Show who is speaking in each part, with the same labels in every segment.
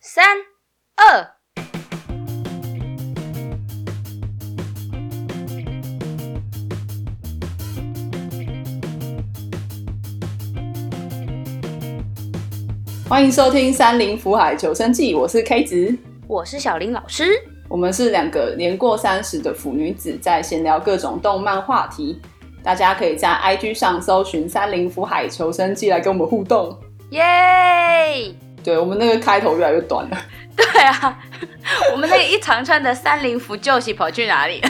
Speaker 1: 三、二。
Speaker 2: 欢迎收听《山林福海求生记》，我是 K 子，
Speaker 1: 我是小林老师。
Speaker 2: 我们是两个年过三十的腐女子，在闲聊各种动漫话题。大家可以在 IG 上搜寻“山林福海求生记”来跟我们互动。
Speaker 1: 耶、
Speaker 2: 对我们那个开头越来越短了，
Speaker 1: 对啊， 我们那个一长串的三零福救喜跑去哪里？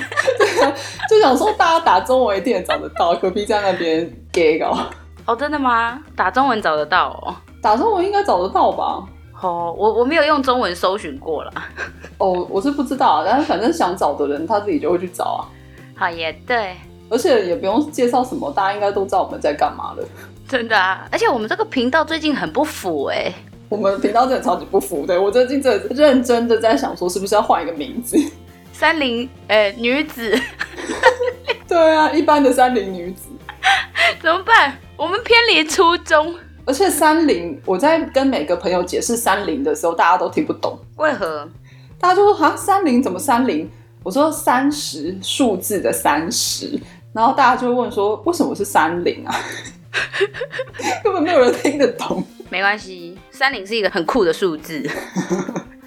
Speaker 2: 就想说大家打中文一定也找得到，隔壁在那边 gay 搞，
Speaker 1: 哦，真的吗？打中文找得到哦。
Speaker 2: 打中文应该找得到吧？
Speaker 1: 哦，我我没有用中文搜寻过了。
Speaker 2: 哦，我是不知道，但是反正想找的人他自己就会去找啊，
Speaker 1: 好也对，
Speaker 2: 而且也不用介绍什么，大家应该都知道我们在干嘛了。
Speaker 1: 真的啊。而且我们这个频道最近很不符哎、
Speaker 2: 我们频道真的超级不服，对我最近真的认真的在想说，是不是要换一个名字？
Speaker 1: 三零呃女子
Speaker 2: 对啊，一般的三零女子，
Speaker 1: 怎么办？我们偏离初衷，
Speaker 2: 而且三零，我在跟每个朋友解释三零的时候，大家都听不懂，
Speaker 1: 为何？
Speaker 2: 大家就说哈三零怎么三零？我说三十数字的三十，然后大家就会问说为什么是三零啊？ 根本没有人听得懂。
Speaker 1: 没关系，三零是一个很酷的数字。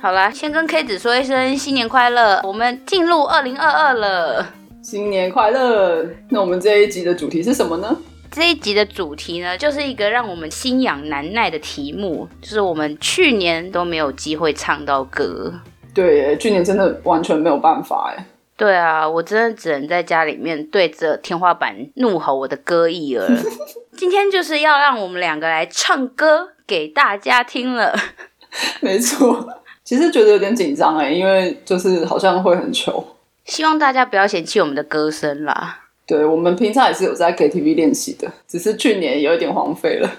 Speaker 1: 好啦，先跟 K 子说一声新年快乐，我们进入二零二二了。
Speaker 2: 新年快乐！那我们这一集的主题是什么呢？
Speaker 1: 这一集的主题呢，就是一个让我们心痒难耐的题目，就是我们去年都没有机会唱到歌。
Speaker 2: 对耶，去年真的完全没有办法哎。
Speaker 1: 对啊，我真的只能在家里面对着天花板怒吼我的歌艺儿。今天就是要让我们两个来唱歌给大家听了。
Speaker 2: 没错，其实觉得有点紧张哎，因为就是好像会很糗。
Speaker 1: 希望大家不要嫌弃我们的歌声啦。
Speaker 2: 对我们平常也是有在 KTV 练习的，只是去年有一点荒废了。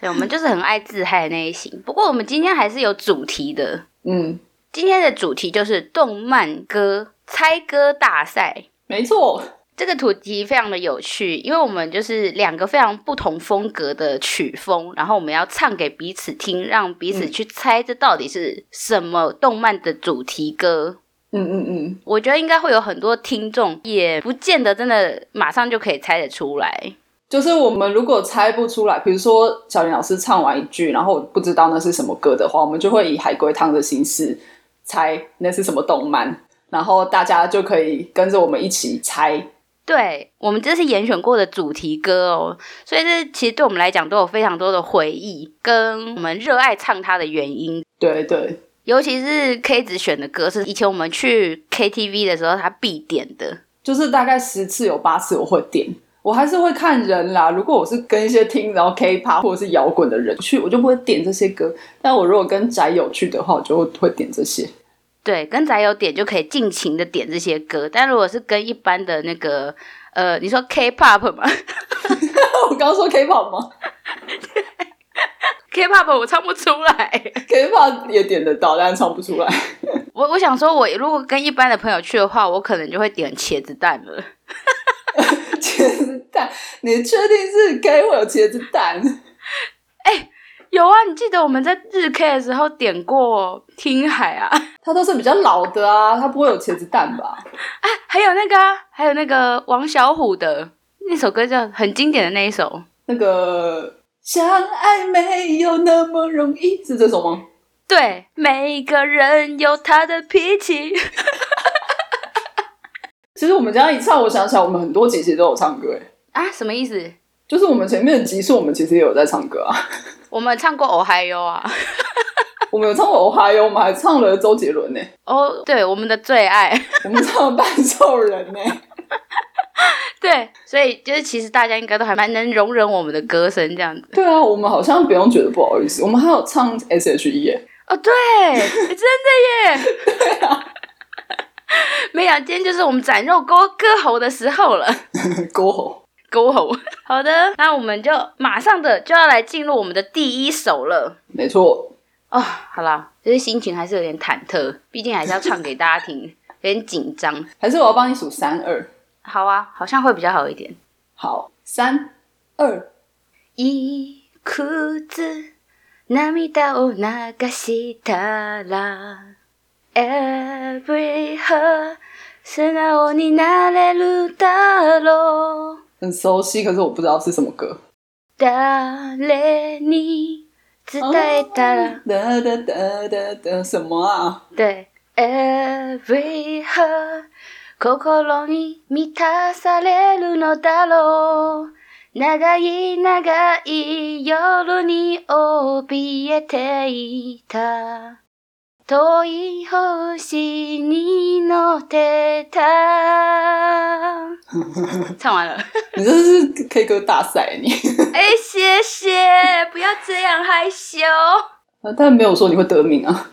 Speaker 1: 对，我们就是很爱自嗨的那一型。不过我们今天还是有主题的，
Speaker 2: 嗯，
Speaker 1: 今天的主题就是动漫歌猜歌大赛。
Speaker 2: 没错，
Speaker 1: 这个主题非常的有趣，因为我们就是两个非常不同风格的曲风，然后我们要唱给彼此听，让彼此去猜这到底是什么动漫的主题歌。
Speaker 2: 嗯嗯嗯，
Speaker 1: 我觉得应该会有很多听众，也不见得真的马上就可以猜得出来。
Speaker 2: 就是我们如果猜不出来，比如说小林老师唱完一句，然后我不知道那是什么歌的话，我们就会以海龟汤的形式猜那是什么动漫，然后大家就可以跟着我们一起猜。
Speaker 1: 对我们这是严选过的主题歌哦，所以这其实对我们来讲都有非常多的回忆，跟我们热爱唱它的原因。
Speaker 2: 对对，
Speaker 1: 尤其是 K 子选的歌是以前我们去 KTV 的时候他必点的，
Speaker 2: 就是大概十次有八次我会点。我还是会看人啦。如果我是跟一些听然后 K-pop 或者是摇滚的人去，我就不会点这些歌。但我如果跟宅友去的话，我就会会点这些。
Speaker 1: 对，跟宅友点就可以尽情的点这些歌，但如果是跟一般的那个呃，你说 K-pop 吗
Speaker 2: 我刚说 K-pop 吗
Speaker 1: ？K-pop 我唱不出来，
Speaker 2: ？K-pop 也点得到，但是唱不出来。
Speaker 1: 我我想说，我如果跟一般的朋友去的话，我可能就会点茄子蛋了。
Speaker 2: 茄子蛋，你确定是 K 会有茄子蛋？
Speaker 1: 有啊，你记得我们在日 K 的时候点过听海啊，
Speaker 2: 它都是比较老的啊，它不会有茄子蛋吧？
Speaker 1: 还有那个、啊，还有那个王小虎的那首歌叫很经典的那一首，
Speaker 2: 那个相爱没有那么容易，是这首吗？
Speaker 1: 对，每个人有他的脾气，
Speaker 2: 其实我们这样一唱，我想起来，我们很多集其实都有唱歌，哎，
Speaker 1: 啊，什么意思？
Speaker 2: 就是我们前面的集数，我们其实也有在唱歌啊。
Speaker 1: 我们唱过《哦嗨哟》啊，
Speaker 2: 我们有唱过《哦嗨哟》，我们还唱了周杰伦呢，
Speaker 1: 哦，对，我们的最爱，
Speaker 2: 我们唱了半兽人呢。
Speaker 1: 对，所以就是其实大家应该都还蛮能容忍我们的歌声这样子。
Speaker 2: 对啊，我们好像不用觉得不好意思，我们还有唱 S.H.E 耶。
Speaker 1: 哦，对， 真的耶， 没想到今天就是我们展肉歌歌喉的时候了。
Speaker 2: 歌喉。
Speaker 1: 勾喉。好的，那我们就马上的就要来进入我们的第一首了。
Speaker 2: 没错，
Speaker 1: 哦，好啦，就是心情还是有点忐忑，毕竟还是要唱给大家听，有点紧张。
Speaker 2: 还是我要帮你数三二，
Speaker 1: 好啊，好像会比较好一点。
Speaker 2: 好，三二，
Speaker 1: 一裤子，涙を流したら Every heart 素直になれるだろう
Speaker 2: 很熟悉，可是我不知道是什么歌。
Speaker 1: 誰に伝えたら、
Speaker 2: 哒哒哒哒哒，什么啊？
Speaker 1: 对 Every heart 心に満たされるのだろう長い長い夜に怯えていた遠い星に乗ってた唱完了
Speaker 2: 你这是 K 歌大赛你，
Speaker 1: 哎、谢谢，不要这样害羞。
Speaker 2: 但没有说你会得名啊，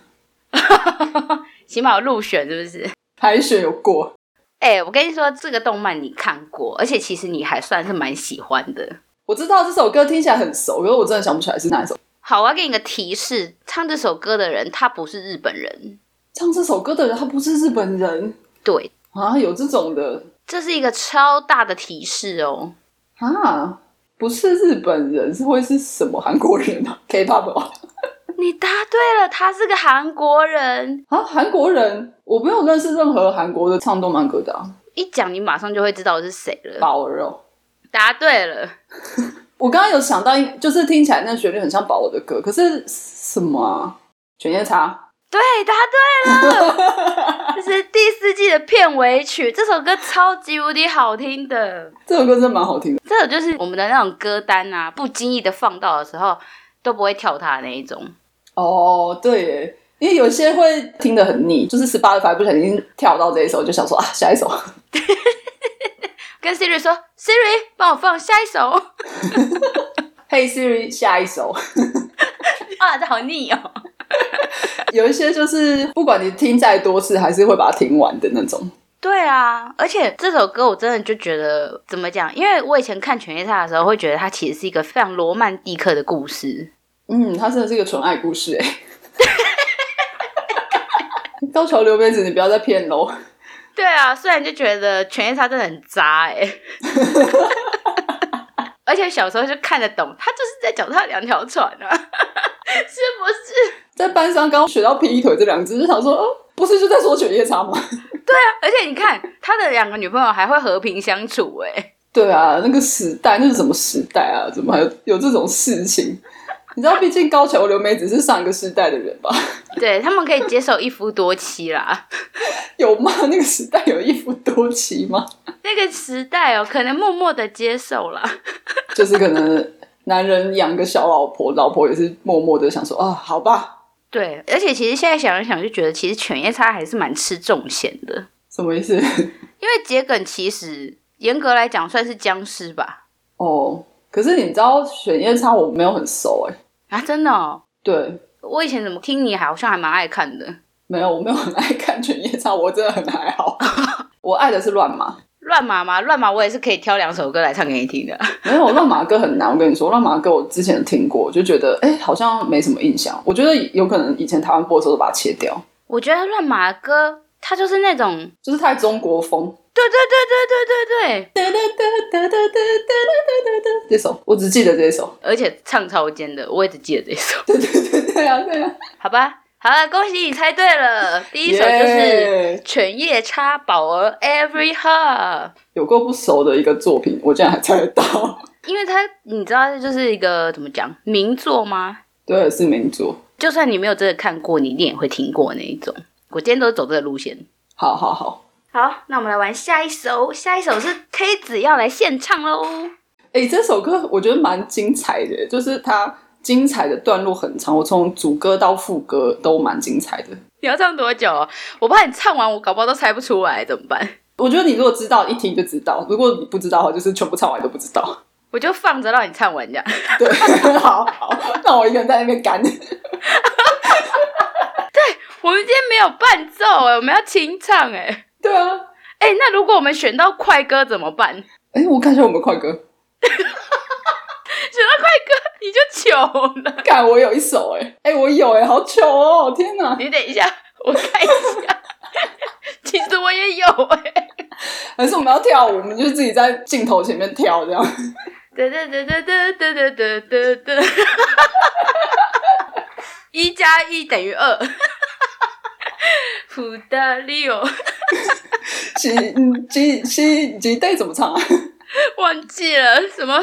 Speaker 1: 起码有入选是不是？
Speaker 2: 海选有过。
Speaker 1: 哎、我跟你说，这个动漫你看过，而且其实你还算是蛮喜欢的。
Speaker 2: 我知道这首歌听起来很熟，可是我真的想不起来是哪一首。
Speaker 1: 好，我要给你个提示，唱这首歌的人他不是日本人，
Speaker 2: 唱这首歌的人他不是日本人
Speaker 1: 对，
Speaker 2: 啊，有这种的
Speaker 1: 这是一个超大的提示哦。
Speaker 2: 啊，不是日本人是会是什么韩国人啊？K-pop 哦
Speaker 1: 你答对了，他是个韩国人。
Speaker 2: 啊，韩国人，我没有认识任何韩国的唱动漫歌的、啊，
Speaker 1: 一讲你马上就会知道是谁了。
Speaker 2: 宝儿哦。
Speaker 1: 答对了，
Speaker 2: 我刚刚有想到一，就是听起来那旋律很像宝儿的歌，可是什么啊？犬夜叉，
Speaker 1: 对，答对了，这是第四季的片尾曲，这首歌超级无敌好听的。
Speaker 2: 这首歌真的蛮好听的。
Speaker 1: 这种就是我们的那种歌单啊，不经意的放到的时候都不会跳它的那一种。
Speaker 2: 哦，对耶，因为有些会听得很腻，就是 Spotify 不小心跳到这一首，就想说啊，下一首。
Speaker 1: 跟 Siri 说，Siri 帮我放下一 首
Speaker 2: Hey Siri，下一首。
Speaker 1: 啊，这好腻哦。
Speaker 2: 有一些就是不管你听再多次，还是会把它听完的那种。
Speaker 1: 对啊，而且这首歌我真的就觉得怎么讲？因为我以前看《犬夜叉》的时候，会觉得它其实是一个非常罗曼蒂克的故事。
Speaker 2: 嗯，它真的是一个纯爱故事哎。 高桥留美子，你不要再骗喽。
Speaker 1: 对啊，虽然就觉得《犬夜叉》真的很渣哎、 而且小时候就看得懂，他就是在脚踏两条船啊， 是不是？
Speaker 2: 在班上刚学到劈腿这两个字，就想说，哦，不是就在说犬夜叉吗？
Speaker 1: 而且你看，他的两个女朋友还会和平相处、哎，
Speaker 2: 对啊，那个时代那是什么时代啊？怎么还有有这种事情？你知道，毕竟高桥留美子是上一个时代的人吧？
Speaker 1: 对他们可以接受一夫多妻啦。
Speaker 2: 有吗？那个时代有一夫多妻吗？
Speaker 1: 那个时代哦，可能默默的接受啦。
Speaker 2: 就是可能男人养个小老婆，老婆也是默默的想说啊，好吧，
Speaker 1: 对，而且其实现在想一想，就觉得其实犬夜叉还是蛮吃重险的，
Speaker 2: 什么意思？
Speaker 1: 因为桔梗其实严格来讲算是僵尸吧？
Speaker 2: 哦，可是你知道犬夜叉我没有很熟哎、
Speaker 1: 啊，真的哦，
Speaker 2: 对，
Speaker 1: 我以前怎么听你好像还蛮爱看的，
Speaker 2: 没有，我没有很爱看犬夜叉，我真的很还好。 我爱的是乱麻，
Speaker 1: 乱麻嘛，乱麻我也是可以挑两首歌来唱给你听的。
Speaker 2: 没有乱麻歌很难。我跟你说，乱麻歌我之前听过，就觉得哎、好像没什么印象。我觉得有可能以前台湾播的时候都把它切掉，
Speaker 1: 我觉得乱麻的歌，它就是那种，
Speaker 2: 就是太中国风。
Speaker 1: 对对对对对对对。
Speaker 2: 这首我只记得这首，
Speaker 1: 而且唱超尖的，我也只记得这一首。
Speaker 2: 对啊对啊，
Speaker 1: 好吧，好了，恭喜你猜对了，第一首就是
Speaker 2: 耶
Speaker 1: 《犬夜叉宝儿 Every Heart》，
Speaker 2: 有过不熟的一个作品，我竟然还猜得到。
Speaker 1: 因为它你知道这就是一个怎么讲名作吗？
Speaker 2: 对，是名作。
Speaker 1: 就算你没有真的看过，你一定也会听过那一种。我今天都是走这个路线。
Speaker 2: 好好好，
Speaker 1: 好，那我们来玩下一首，下一首是 K 子要来献唱喽。
Speaker 2: 哎、这首歌我觉得蛮精彩的，就是它精彩的段落很长，我从主歌到副歌都蛮精彩的。
Speaker 1: 你要唱多久、啊？我怕你唱完，我搞不好都猜不出来，怎么办？
Speaker 2: 我觉得你如果知道，一听就知道；如果你不知道的话，就是全部唱完都不知道。
Speaker 1: 我就放着让你唱完这样。
Speaker 2: 对，好好，那我一个人在那边干。
Speaker 1: 我们今天没有伴奏哎、我们要清唱哎、
Speaker 2: 对啊，
Speaker 1: 哎、那如果我们选到快歌怎么办？选
Speaker 2: 哎、我看一下我们快歌，
Speaker 1: 到快歌你就糗了。
Speaker 2: 看我有一首哎、哎、我有哎、好糗哦，天 哪！
Speaker 1: 你等一下，我看一下。 其实我也有哎、
Speaker 2: 还是我们要跳舞，我们就自己在镜头前面跳这样。
Speaker 1: 哒哒哒哒哒哒哒哒哒。 一加一等于二。 普达利奥，
Speaker 2: 鸡鸡鸡鸡带怎么唱啊？
Speaker 1: 忘记了什么？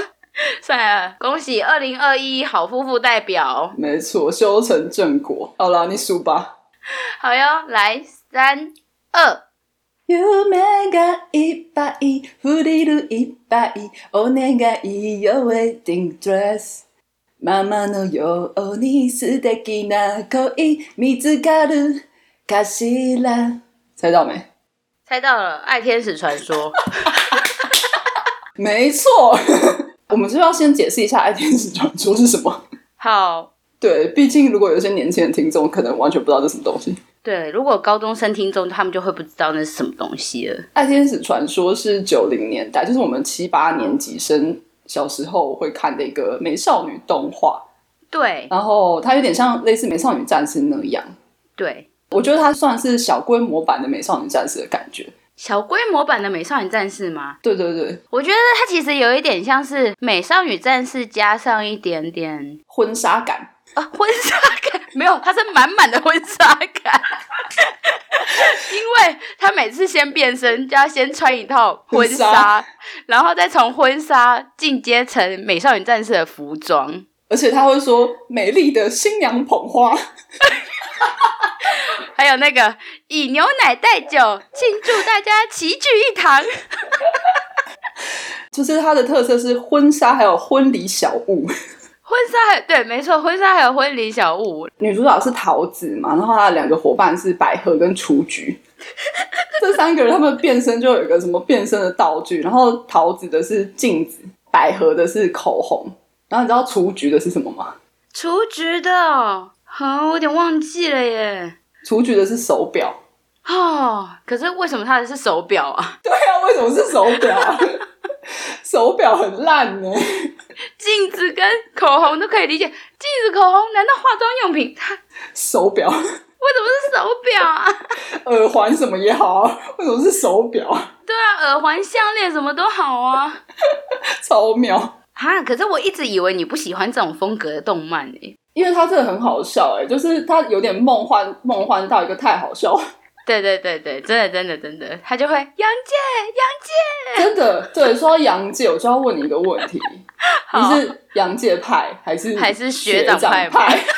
Speaker 1: 算了，恭喜二零二一好夫妇代表。
Speaker 2: 没错，修成正果。好了，你数吧。
Speaker 1: 好哟，来三二，
Speaker 2: 夢がいっぱい、フリルいっぱい、お願いよ、ウェディングドレス。ママのように素敵な恋見つかるかしら。猜到没？
Speaker 1: 猜到了，《爱天使传说》
Speaker 2: 没错， 我们是不是要先解释一下《爱天使传说》是什么？
Speaker 1: 好，
Speaker 2: 对，毕竟如果有些年轻人听众可能完全不知道这是什么东西。
Speaker 1: 对，如果高中生听众，他们就会不知道那是什么东西了。
Speaker 2: 《爱天使传说》是九零年代，就是我们七八年级生小时候会看的一个美少女动画，
Speaker 1: 对
Speaker 2: 然后它有点像类似美少女战士那样，
Speaker 1: 对，
Speaker 2: 我觉得它算是小规模版的美少女战士的感觉。
Speaker 1: 小规模版的美少女战士吗？
Speaker 2: 对对对，
Speaker 1: 我觉得它其实有一点像是美少女战士加上一点点
Speaker 2: 婚纱感，
Speaker 1: 啊婚纱感， 没有，它是满满的婚纱感。 因为他每次先变身就要先穿一套婚纱，
Speaker 2: 婚纱
Speaker 1: 然后再从婚纱进阶成美少女战士的服装。
Speaker 2: 而且他会说“美丽的新娘捧花
Speaker 1: 还有那个以牛奶代酒，庆祝大家齐聚一堂。”，
Speaker 2: 就是它的特色是婚纱还有婚礼小物。
Speaker 1: 婚纱还对，没错，婚纱还有婚礼小物，
Speaker 2: 女主角是桃子嘛，然后她的两个伙伴是百合跟雏菊。 这三个人他们变身就有一个什么变身的道具，然后桃子的是镜子，百合的是口红，然后你知道雏菊的是什么吗？
Speaker 1: 雏菊的哦，哦，我有点忘记了耶。
Speaker 2: 雏菊的是手表。
Speaker 1: 哦，可是为什么它的是手表啊？
Speaker 2: 对啊，为什么是手表 啊？手表很烂呢、
Speaker 1: 镜子跟口红都可以理解，镜子、口红难道化妆用品？ 它为
Speaker 2: 手表、
Speaker 1: 什么是手表啊？
Speaker 2: 耳环什么也好啊，为什么是手表？
Speaker 1: 对啊，耳环、项链什么都好啊。
Speaker 2: 超妙，
Speaker 1: 哈，可是我一直以为你不喜欢这种风格的动漫诶、
Speaker 2: 因为它真的很好笑哎、就是它有点梦幻，梦幻到一个太好笑。
Speaker 1: 对对对对，真的真的真的，他就会杨姐杨
Speaker 2: 真的，对，说到杨介，我就要问你一个问题：
Speaker 1: 好
Speaker 2: 你是杨介派还是
Speaker 1: 还是
Speaker 2: 学
Speaker 1: 学长
Speaker 2: 派
Speaker 1: 派吗？姐，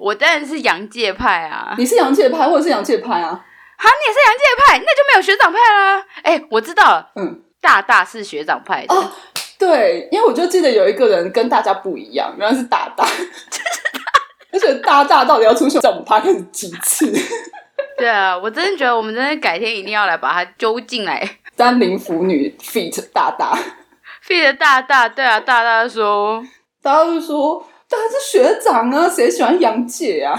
Speaker 1: 我当然是杨界派 啊。
Speaker 2: 你是杨介派，或者是杨介派啊？
Speaker 1: 哈，你也是洋界派，那就没有学长派啦。哎、我知道了，
Speaker 2: 嗯，
Speaker 1: 大大是学长派的，
Speaker 2: 哦对，因为我就记得有一个人跟大家不一样，原来是大大。 而且大大到底要出现在我们 p 开始几次？
Speaker 1: 对啊，我真的觉得我们真的改天一定要来把他揪进来。
Speaker 2: 三菱腐女 feat 大大，
Speaker 1: 费的大大，对啊，大大说
Speaker 2: 大家就说：“大家是学长啊，谁喜欢杨介啊？”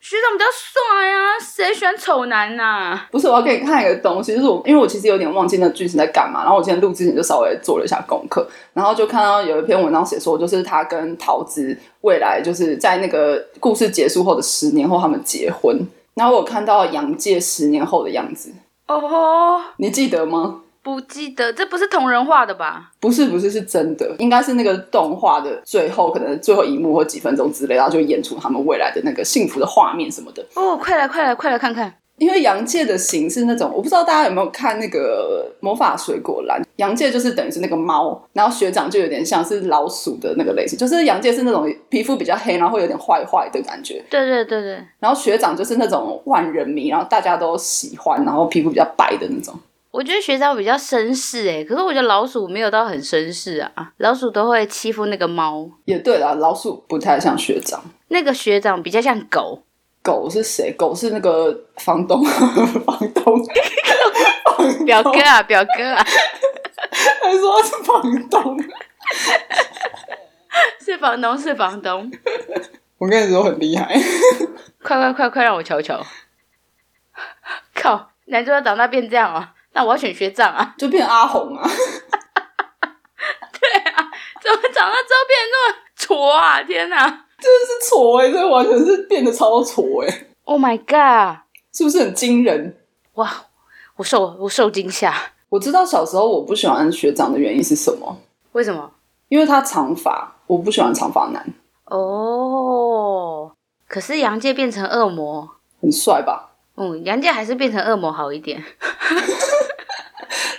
Speaker 1: 学长比较帅啊，谁喜欢丑男呐、啊？
Speaker 2: 不是，我要给你看一个东西，就是我因为我其实有点忘记那剧情在干嘛，然后我今天录之前就稍微做了一下功课，然后就看到有一篇文章写说，就是他跟桃子未来就是在那个故事结束后的十年后他们结婚，然后我有看到杨介十年后的样子，
Speaker 1: 哦吼，
Speaker 2: 你记得吗？
Speaker 1: 不记得，这不是同人画的吧？
Speaker 2: 不是不是是真的，应该是那个动画的最后，可能最后一幕或几分钟之类，然后就演出他们未来的那个幸福的画面什么的。
Speaker 1: 哦，快来快来快来看看，
Speaker 2: 因为杨介的形是那种，我不知道大家有没有看那个《魔法水果篮》，杨介就是等于是那个猫，然后学长就有点像是老鼠的那个类型，就是杨介是那种皮肤比较黑，然后会有点坏坏的感觉，
Speaker 1: 对对对对，
Speaker 2: 然后学长就是那种万人迷，然后大家都喜欢，然后皮肤比较白的那种。
Speaker 1: 我觉得学长比较绅士哎、可是我觉得老鼠没有到很绅士啊，老鼠都会欺负那个猫，
Speaker 2: 也对啦，老鼠不太像学长，
Speaker 1: 那个学长比较像狗。
Speaker 2: 狗是谁？狗是那个房东，房东，
Speaker 1: 表哥啊，表哥啊，
Speaker 2: 还说他是房东。
Speaker 1: 是房东，是房东，
Speaker 2: 我跟你说很厉害，
Speaker 1: 快快快快让我瞧瞧！ 靠，男主角长大变这样哦，那我要选学长啊！
Speaker 2: 就变阿红啊。
Speaker 1: 怎么长大之后变得那么挫啊？天哪
Speaker 2: 是挫哎、欸，这完全是变得超挫哎、
Speaker 1: ！Oh my god！
Speaker 2: 是不是很惊人？
Speaker 1: 哇，我受我受惊吓，
Speaker 2: 我知道小时候我不喜欢学长的原因是什么，
Speaker 1: 为什么？
Speaker 2: 因为他长发，我不喜欢长发男。
Speaker 1: 哦，可是杨介变成恶魔，
Speaker 2: 很帅吧？
Speaker 1: 嗯，杨介还是变成恶魔好一点。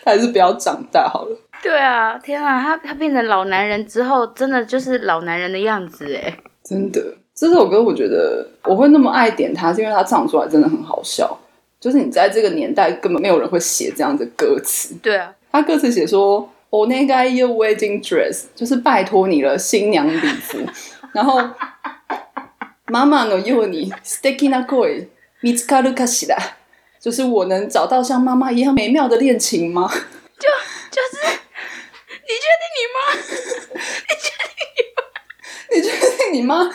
Speaker 2: 他还是不要长大好了。
Speaker 1: 对啊，天啊，他他变成老男人之后，真的就是老男人的样子哎。
Speaker 2: 真的，这首歌我觉得我会那么爱点它，是因为它唱出来真的很好笑。就是你在这个年代根本没有人会写这样的歌词，
Speaker 1: 对啊，
Speaker 2: 他歌词写说 “O n e g a your wedding dress”，就是拜托你了，新娘礼服。 然后妈妈のように素敵な恋見つかるかしら，就是我能找到像妈妈一样美妙的恋情吗？
Speaker 1: 就是你确 定你吗？
Speaker 2: 你确定你妈？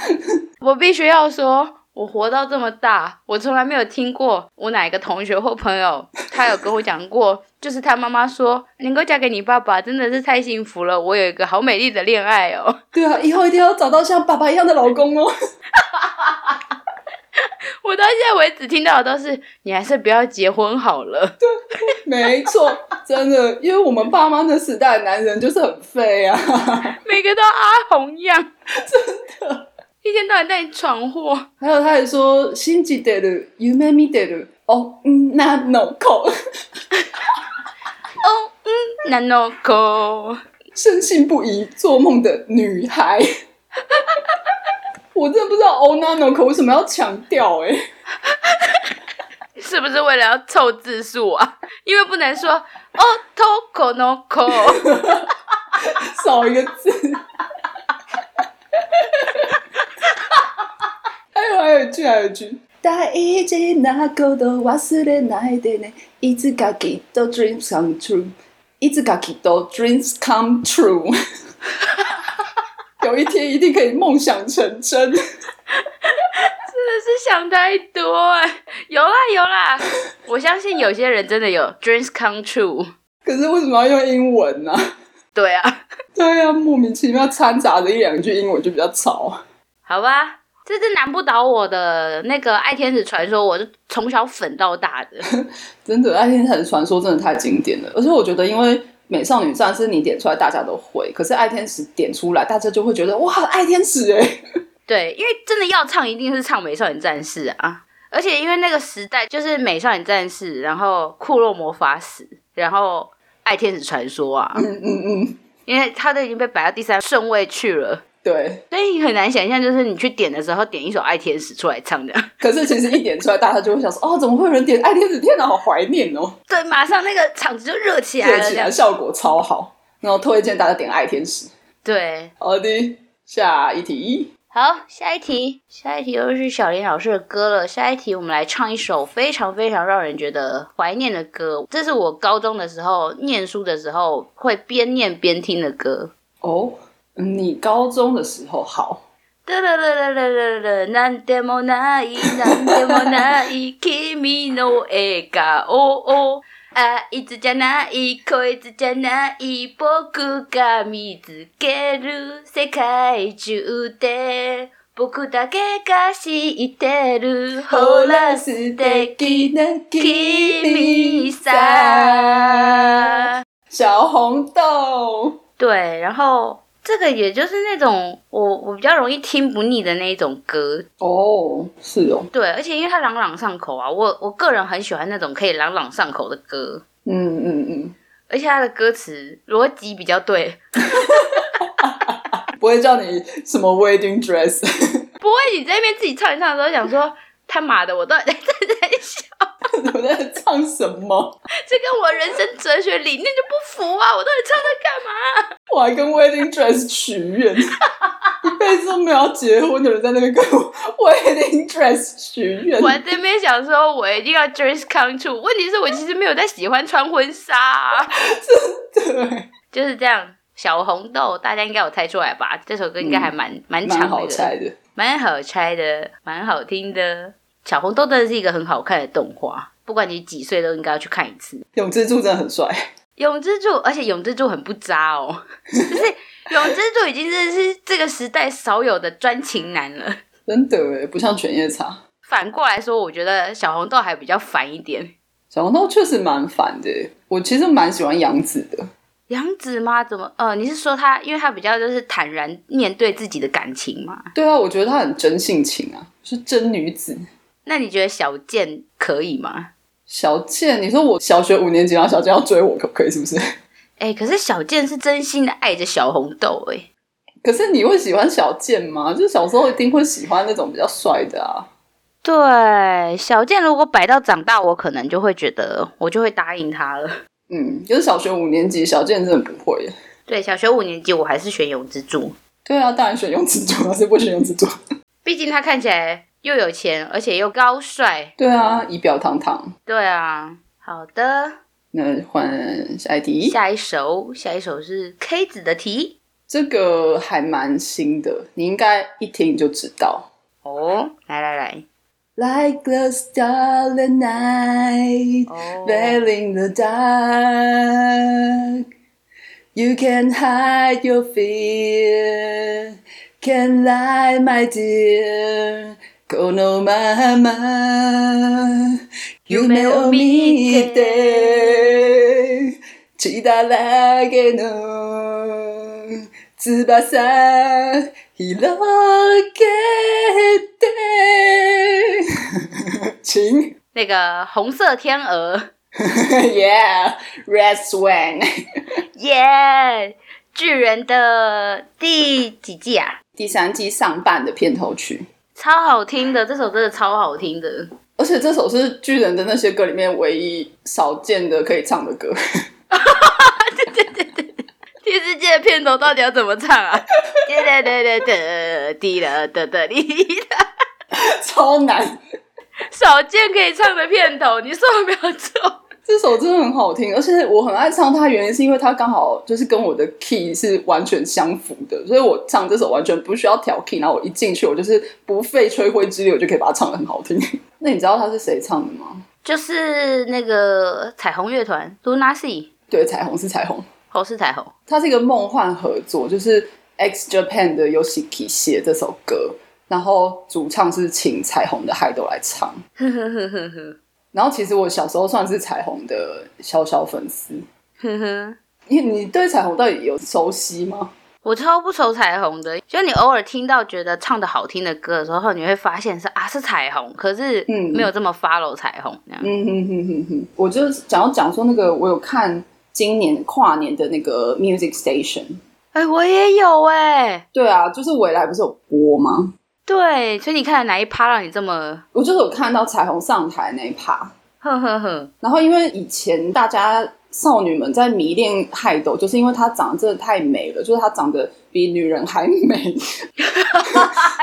Speaker 1: 我必须要说，我活到这么大，我从来没有听过我哪一个同学或朋友，他有跟我讲过，就是他妈妈说，能够嫁给你爸爸真的是太幸福了，我有一个好美丽的恋爱哦。
Speaker 2: 对啊，以后一定要找到像爸爸一样的老公哦。
Speaker 1: 我到现在为止听到的都是，你还是不要结婚好了。
Speaker 2: 没错，真的，因为我们爸妈那时代的男人就是很废啊。
Speaker 1: 每个都阿红样，真的，一天到晚带你闯祸，
Speaker 2: 还有他还说信じてる、夢見てる、哦、嗯、那の口，
Speaker 1: 难哦狗。
Speaker 2: 深信不疑、做梦的女孩。 我真的不知道哦、那の口为什么要强调哎、
Speaker 1: 是不是为了要凑字数啊？因为不能说哦，toko no ko，
Speaker 2: 少一个字。 还有还有一句，还有一句。大事なこと忘れないでね。いつかきっと dreams come true。いつかきっと dreams come true。有一天一定可以梦想成真。
Speaker 1: 真的是想太多哎、有啦有啦， 我相信有些人真的有 dreams come true。
Speaker 2: 可是为什么要用英文呢、
Speaker 1: 对啊，
Speaker 2: 对啊，莫名其妙掺杂着一两句英文就比较吵。
Speaker 1: 好吧，这是难不倒我的那个《爱天使传说》，我是从小粉到大 的。
Speaker 2: 真的，《爱天使传说》真的太经典了，而且我觉得，因为《美少女战士》你点出来大家都会，可是《爱天使》点出来，大家就会觉得哇，爱天使哎，
Speaker 1: 对，因为真的要唱，一定是唱《美少女战士》啊。而且因为那个时代就是《美少女战士》，然后《库洛魔法使》，然后《爱天使传说》啊，
Speaker 2: 嗯嗯嗯，
Speaker 1: 因为它都已经被摆到第三顺位去了。
Speaker 2: 对。
Speaker 1: 所以你很难想象，就是你去点的时候点一首《爱天使》出来唱的，
Speaker 2: 可是其实一点出来，大家就会想说，哦，怎么会有人点爱天使？天哪，好怀念哦！
Speaker 1: 对，马上那个场子就热起来
Speaker 2: 点
Speaker 1: 了。
Speaker 2: 起
Speaker 1: 这
Speaker 2: 来
Speaker 1: 样
Speaker 2: 效果超好，然后推荐大家点爱天使。
Speaker 1: 对，
Speaker 2: 好的，下一题。
Speaker 1: 好，下一题，下一题又是小林老师的歌了。下一题我们来唱一首非常非常让人觉得怀念的歌，这是我高中的时候念书的时候会边念边听的歌。
Speaker 2: 哦，你高中的时候好，
Speaker 1: 哒啦啦啦啦啦啦，なんでもない、なんでもない、君の笑顔。あいつじゃない、こいつじゃない、僕が見つける世界中で。僕だけが知ってる。ほら、素敵。
Speaker 2: な
Speaker 1: 君さ。
Speaker 2: 小红豆。
Speaker 1: 对，然后这个也就是那种我我比较容易听不腻的那一种歌，
Speaker 2: 哦，是哦，
Speaker 1: 对，而且因为它朗朗上口啊，我我个人很喜欢那种可以朗朗上口的歌，
Speaker 2: 嗯嗯
Speaker 1: 而且它的歌词逻辑比较对，
Speaker 2: 嗯，不会叫你什么 wedding dress，
Speaker 1: 不会你在那边自己唱一唱的时候想说他妈的，我到底在在在想，
Speaker 2: 我在唱什么？
Speaker 1: 这跟我人生哲学理念就不符啊，我到底唱它干嘛？
Speaker 2: 我还跟 wedding dress 许愿，一辈子都没有要结婚的人在那边跟我 wedding dress 许愿
Speaker 1: 我。还在那边想说我一定要 dreams come true，问题是我其实没有在喜欢穿婚纱、啊，
Speaker 2: 对，
Speaker 1: 就是这样。小红豆，大家应该有猜出来吧？这首歌应该还蛮、蛮长
Speaker 2: 蛮
Speaker 1: 的，
Speaker 2: 好猜的。
Speaker 1: 蛮好猜的，蛮好听的。小红豆真的是一个很好看的动画，不管你几岁都应该要去看一次。
Speaker 2: 永之助真的很帅，
Speaker 1: 永之助，而且永之助很不渣 哦，就是永之助已经真的是这个时代少有的专情男了。
Speaker 2: 真的耶不像犬夜叉。
Speaker 1: 反过来说，我觉得小红豆还比较烦一点。
Speaker 2: 小红豆确实蛮烦的耶，我其实蛮喜欢杨紫的。
Speaker 1: 杨紫吗？怎么？呃，你是说她，因为她比较就是坦然面对自己的感情嘛？
Speaker 2: 对啊，我觉得她很真性情啊，是真女子。
Speaker 1: 那你觉得小健可以吗？
Speaker 2: 小健，你说我小学五年级，然后小健要追我，可不可以？是不是？
Speaker 1: 哎、可是小健是真心的爱着小红豆、哎，
Speaker 2: 可是你会喜欢小健吗？就是小时候一定会喜欢那种比较帅的啊。
Speaker 1: 对，小健如果摆到长大，我可能就会觉得我就会答应他了。
Speaker 2: 嗯，就是小学五年级，小健真的不会耶。
Speaker 1: 对，小学五年级我还是选永之助，
Speaker 2: 对啊，当然选用之助啊，还是不选用之助？
Speaker 1: 毕竟他看起来又有钱，而且又高帅。
Speaker 2: 对啊，仪表堂堂。
Speaker 1: 对啊，好的，
Speaker 2: 那换下一题，
Speaker 1: 下一首，下一首是 K 子的题
Speaker 2: 这个还蛮新的，你应该一听就知道。
Speaker 1: 哦，来来来，
Speaker 2: Like the starlit night
Speaker 1: 哦
Speaker 2: veiling the dark. You can hide your fear, can lie, my dear. Kono mama,
Speaker 1: Yume
Speaker 2: yume
Speaker 1: o
Speaker 2: o mite, chidarage no tsubasa hirogete. 请
Speaker 1: 那个红色天鹅，
Speaker 2: ，Yeah, Red Swan
Speaker 1: 耶、巨人的第几季啊？
Speaker 2: 第三季上半的片头曲。
Speaker 1: 超好听的，这首真的超好听的。
Speaker 2: 而且这首是巨人的那些歌里面唯一少见的可以唱的歌，
Speaker 1: 电视剧的片头到底要怎么唱啊？哒哒哒哒哒，滴啦哒哒滴啦，
Speaker 2: 超难。
Speaker 1: 少见可以唱的片头，你说有没有错？
Speaker 2: 这首真的很好听，而且我很爱唱它，原因是因为它刚好就是跟我的 key 是完全相符的，所以我唱这首完全不需要调 key，然后我一进去我就是不费吹灰之力，我就可以把它唱的很好听。 那你知道它是谁唱的吗？
Speaker 1: 就是那个彩虹乐团 Luna Sea，
Speaker 2: 对，彩虹是彩虹，
Speaker 1: 侯是彩虹，
Speaker 2: 它是一个梦幻合作，就是 X Japan 的 Yoshiki 写这首歌，然后主唱是请彩虹的海斗来唱。
Speaker 1: 呵呵呵呵呵
Speaker 2: 然后其实我小时候算是彩虹的小小粉丝，
Speaker 1: 呵呵。
Speaker 2: 你你对彩虹到底有熟悉吗？
Speaker 1: 我超不愁彩虹的，就你偶尔听到觉得唱的好听的歌的时候，你会发现是啊是彩虹，可是
Speaker 2: 嗯
Speaker 1: 没有这么 follow 彩虹这样。
Speaker 2: 嗯哼哼哼哼，我就是想要讲说那个，我有看今年跨年的那个 Music Station。
Speaker 1: 哎、我也有哎、
Speaker 2: 对啊，就是未来不是有播吗？
Speaker 1: 对，所以你看哪一趴让你这么
Speaker 2: 我就是有看到彩虹上台那一趴，
Speaker 1: 呵呵呵？
Speaker 2: 然后因为以前大家少女们在迷恋海斗，就是因为她长得真的太美了，就是她长得比女人还美。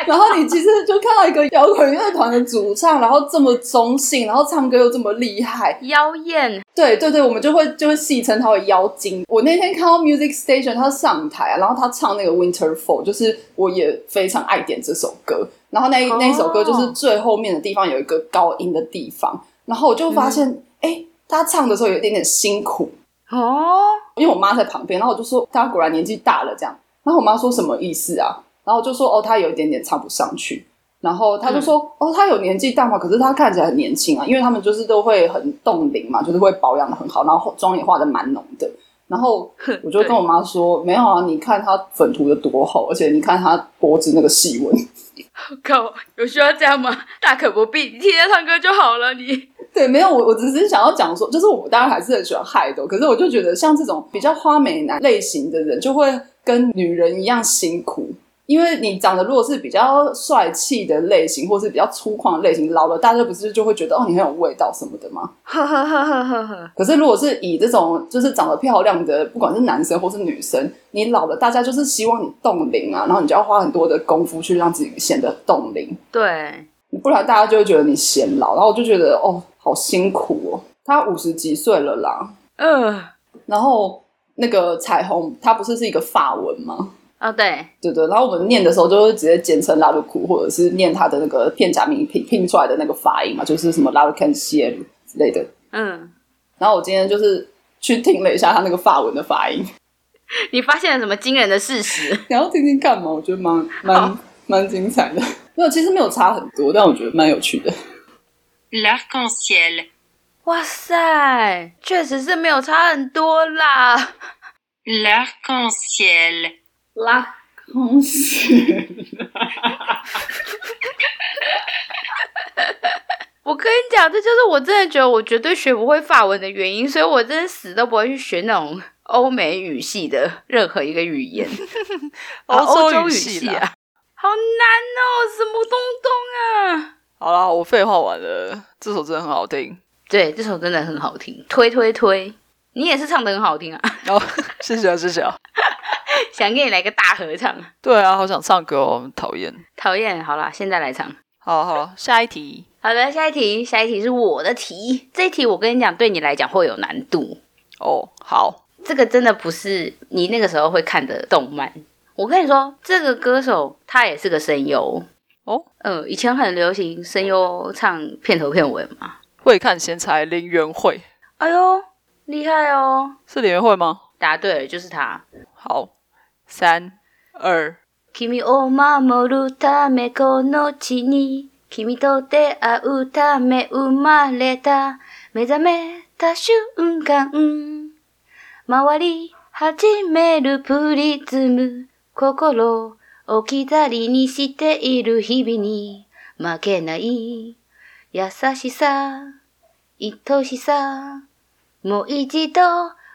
Speaker 2: 然后你其实就看到一个摇滚乐团的主唱，然后这么中性，然后唱歌又这么厉害，
Speaker 1: 妖艳，
Speaker 2: 对对对，我们就会就会戏称他为妖精。我那天看到 Music Station 他上台、啊，然后他唱那个 Winterfall，就是我也非常爱点这首歌。然后那一、
Speaker 1: 哦
Speaker 2: 那一首歌就是最后面的地方有一个高音的地方，然后我就发现，哎、他唱的时候有一点点辛苦，
Speaker 1: 哦，
Speaker 2: 因为我妈在旁边，然后我就说她果然年纪大了这样。然后我妈说什么意思啊？然后我就说哦，她有一点点唱不上去。然后她就说、哦，她有年纪大嘛，可是她看起来很年轻啊，因为他们就是都会很冻龄嘛，就是会保养的很好，然后妆也化的蛮浓的。然后
Speaker 1: 哼
Speaker 2: 我就跟我妈说，没有啊，你看她粉涂的多厚，而且你看她脖子那个细纹，
Speaker 1: 对 靠，有需要这样吗？大可不必，你听他唱歌就好了。你
Speaker 2: 对，没有，我我只是想要讲说，就是我当然还是很喜欢海斗，可是我就觉得像这种比较花美男类型的人，就会跟女人一样辛苦。因为你长得如果是比较帅气的类型，或是比较粗犷的类型，老了大家不是就会觉得哦你很有味道什么的吗？
Speaker 1: 呵呵呵呵呵呵，
Speaker 2: 可是如果是以这种就是长得漂亮的，不管是男生或是女生，你老了大家就是希望你冻龄啊，然后你就要花很多的功夫去让自己显得冻龄。
Speaker 1: 对，
Speaker 2: 不然大家就会觉得你显老，然后我就觉得哦，好辛苦哦。他五十几岁了啦，
Speaker 1: 呃，
Speaker 2: 然后那个彩虹，它不是是一个法文吗？
Speaker 1: 哦对，
Speaker 2: 对对，然后我们念的时候就会直接简称拉鲁库，或者是念他的那个片假名拼拼出来的那个发音嘛，就是什么拉鲁肯西耶鲁之类的。
Speaker 1: 嗯，
Speaker 2: 然后我今天就是去听了一下他那个法文的发音，
Speaker 1: 你发现了什么惊人的事实？
Speaker 2: 你要听听看嘛，我觉得蛮蛮
Speaker 1: 好
Speaker 2: 蛮精彩的。没有，其实没有差很多，但我觉得蛮有趣的。
Speaker 3: L'arc-en-ciel.
Speaker 1: 哇塞，确实是没有差很多啦。
Speaker 3: L'arc-en-ciel.
Speaker 4: 拉
Speaker 2: 嗯
Speaker 4: 空气，
Speaker 1: 我跟你讲，这就是我真的觉得我绝对学不会法文的原因，所以我真的死都不会去学那种欧美语系的任何一个语言，啊
Speaker 2: 欧
Speaker 1: 洲
Speaker 2: 语
Speaker 1: 系
Speaker 2: 系啦。
Speaker 1: 啊， 好难哦，什么东东啊？
Speaker 2: 好啦，我废话完了，这首真的很好听。
Speaker 1: 对，这首真的很好听，推推推，你也是唱的很好听啊，
Speaker 2: 哦， 谢谢啊，谢谢啊。
Speaker 1: 想给你来个大合唱，
Speaker 2: 对啊，好想唱歌哦，很讨厌。
Speaker 1: 讨厌，好啦，现在来唱。
Speaker 2: 好了好了，下一题。
Speaker 1: 好的，下一题，下一题是我的题。这一题我跟你讲，对你来讲会有难度。
Speaker 2: 哦，好，
Speaker 1: 这个真的不是你那个时候会看的动漫。我跟你说，这个歌手他也是个声优
Speaker 2: 哦。
Speaker 1: 呃，以前很流行声优唱片头片尾嘛。
Speaker 2: 会看闲才林元会
Speaker 1: 哎呦，厉害哦！
Speaker 2: 是林元会吗？
Speaker 1: 答对了，就是他。
Speaker 2: 好，三二，
Speaker 1: 君を守るためこの地に君と出会うため生まれた目覚めた瞬間回り始めるプリズム心を置き去りにしている日々に負けない優しさ愛しさもう一度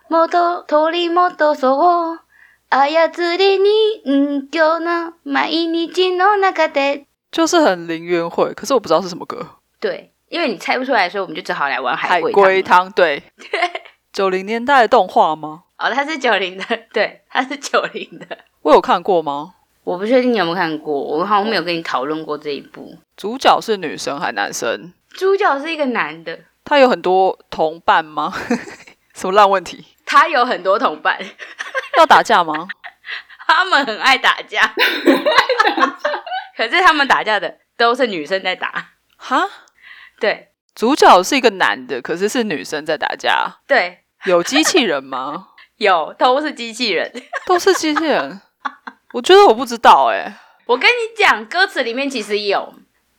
Speaker 1: 元取り戻そう操り人形の毎日の中で。
Speaker 2: 就是很林元会，可是我不知道是什么歌。
Speaker 1: 对，因为你猜不出来，所以我们就只好来玩
Speaker 2: 海
Speaker 1: 龟
Speaker 2: 龟
Speaker 1: 汤了。
Speaker 2: 汤， 对，九零年代的动画吗？
Speaker 1: 哦，它是九零的， 对，它是九零的。
Speaker 2: 我有看过吗？
Speaker 1: 我不确定你有没有看过，我好像没有跟你讨论过这一部。
Speaker 2: 主角是女生还男生？
Speaker 1: 主角是一个男的，
Speaker 2: 他有很多同伴吗？ 什么烂问题？
Speaker 1: 他有很多同伴，
Speaker 2: 要打架吗？
Speaker 1: 他们很爱打 架，可是他们打架的都是女生在打。
Speaker 2: 哈，
Speaker 1: 对
Speaker 2: 主角是一个男的，可是是女生在打架，
Speaker 1: 对，
Speaker 2: 有机器人 吗？
Speaker 1: 有都是机器人。
Speaker 2: 都是机器人，我觉得我不知道哎、
Speaker 1: 我跟你讲，歌词里面其实有。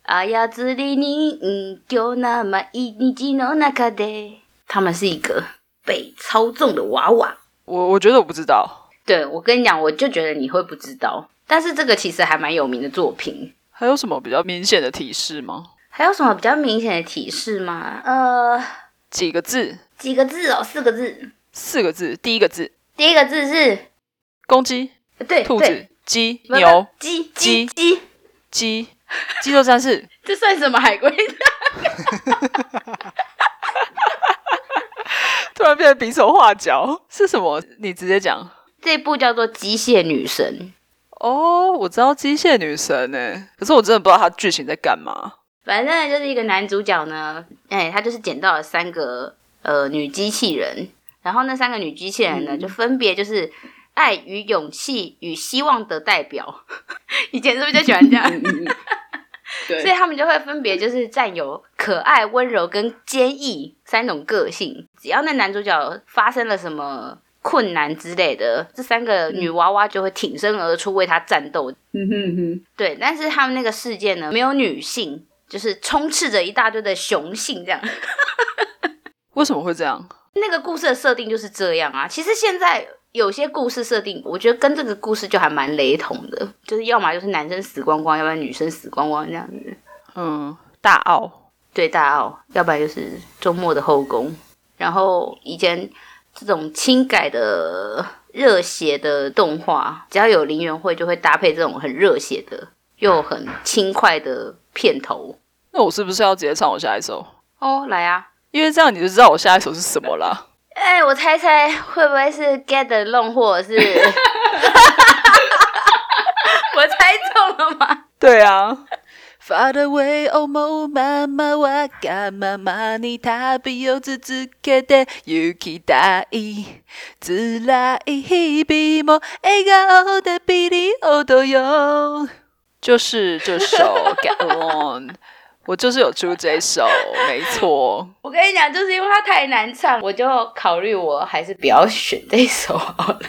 Speaker 1: 哎操り人形な毎日の中で，他们是一个被操纵的娃娃。
Speaker 2: 我我觉得我不知道。
Speaker 1: 对我跟你讲，我就觉得你会不知道，但是这个其实还蛮有名的作品。
Speaker 2: 还有什么比较明显的提示吗？
Speaker 1: 还有什么比较明显的提示吗？呃，
Speaker 2: 几个字？
Speaker 1: 几个字哦，四个字。
Speaker 2: 四个字。第一个字，
Speaker 1: 第一个字是
Speaker 2: 公鸡、
Speaker 1: 对，
Speaker 2: 兔
Speaker 1: 对
Speaker 2: 子、鸡、
Speaker 1: 不是
Speaker 2: 牛、
Speaker 1: 鸡鸡
Speaker 2: 鸡
Speaker 1: 鸡，
Speaker 2: 鸡、肌肉战士。
Speaker 1: 这算什么海龟汤？
Speaker 2: 突然变得比手画脚，是什么？你直接讲。
Speaker 1: 这部叫做《机械女神》。
Speaker 2: 哦，我知道机械女神呢，可是我真的不知道她剧情在干 嘛。
Speaker 1: 反正就是一个男主角呢，哎、他就是捡到了三个呃女机器人，然后那三个女机器人呢，
Speaker 4: 嗯
Speaker 1: 就分别就是爱与勇气与希望的代表。 以前是不是就喜欢这样？
Speaker 4: 嗯嗯嗯，
Speaker 1: 所以
Speaker 4: 对，
Speaker 1: 他们就会分别就是占有可爱、温柔跟坚毅三种个性。只要那男主角发生了什么困难之类的，这三个女娃娃就会挺身而出为他战斗，
Speaker 4: 嗯哼哼，
Speaker 1: 对，但是他们那个世界呢，没有女性，就是充斥着一大堆的雄性这样。
Speaker 2: 为什么会这样？
Speaker 1: 那个故事的设定就是这样啊。其实现在有些故事设定，我觉得跟这个故事就还蛮雷同的，就是要么就是男生死光光，要不然女生死光光这样子。
Speaker 2: 嗯，大奥
Speaker 1: 对大奥，要不然就是周末的后宫。然后以前这种轻改的热血的动画，只要有林元会就会搭配这种很热血的又很轻快的片头。
Speaker 2: 那我是不是要直接唱我下一首？
Speaker 1: 哦，来啊！
Speaker 2: 因为这样你就知道我下一首是什么啦。
Speaker 1: 哎、我猜猜会不会是 Get Along 或者 是？我猜中了吗？
Speaker 2: 对啊。Far away, oh my mama, わがままに旅を続けて行きたい。辛い日々も
Speaker 5: e,
Speaker 2: 笑顔でピリオドよ。就是这 首 Get On，我就是有出这首，没错。
Speaker 1: 我跟你讲，就是因为它太难唱，我就考虑我还是不要选这一首好了。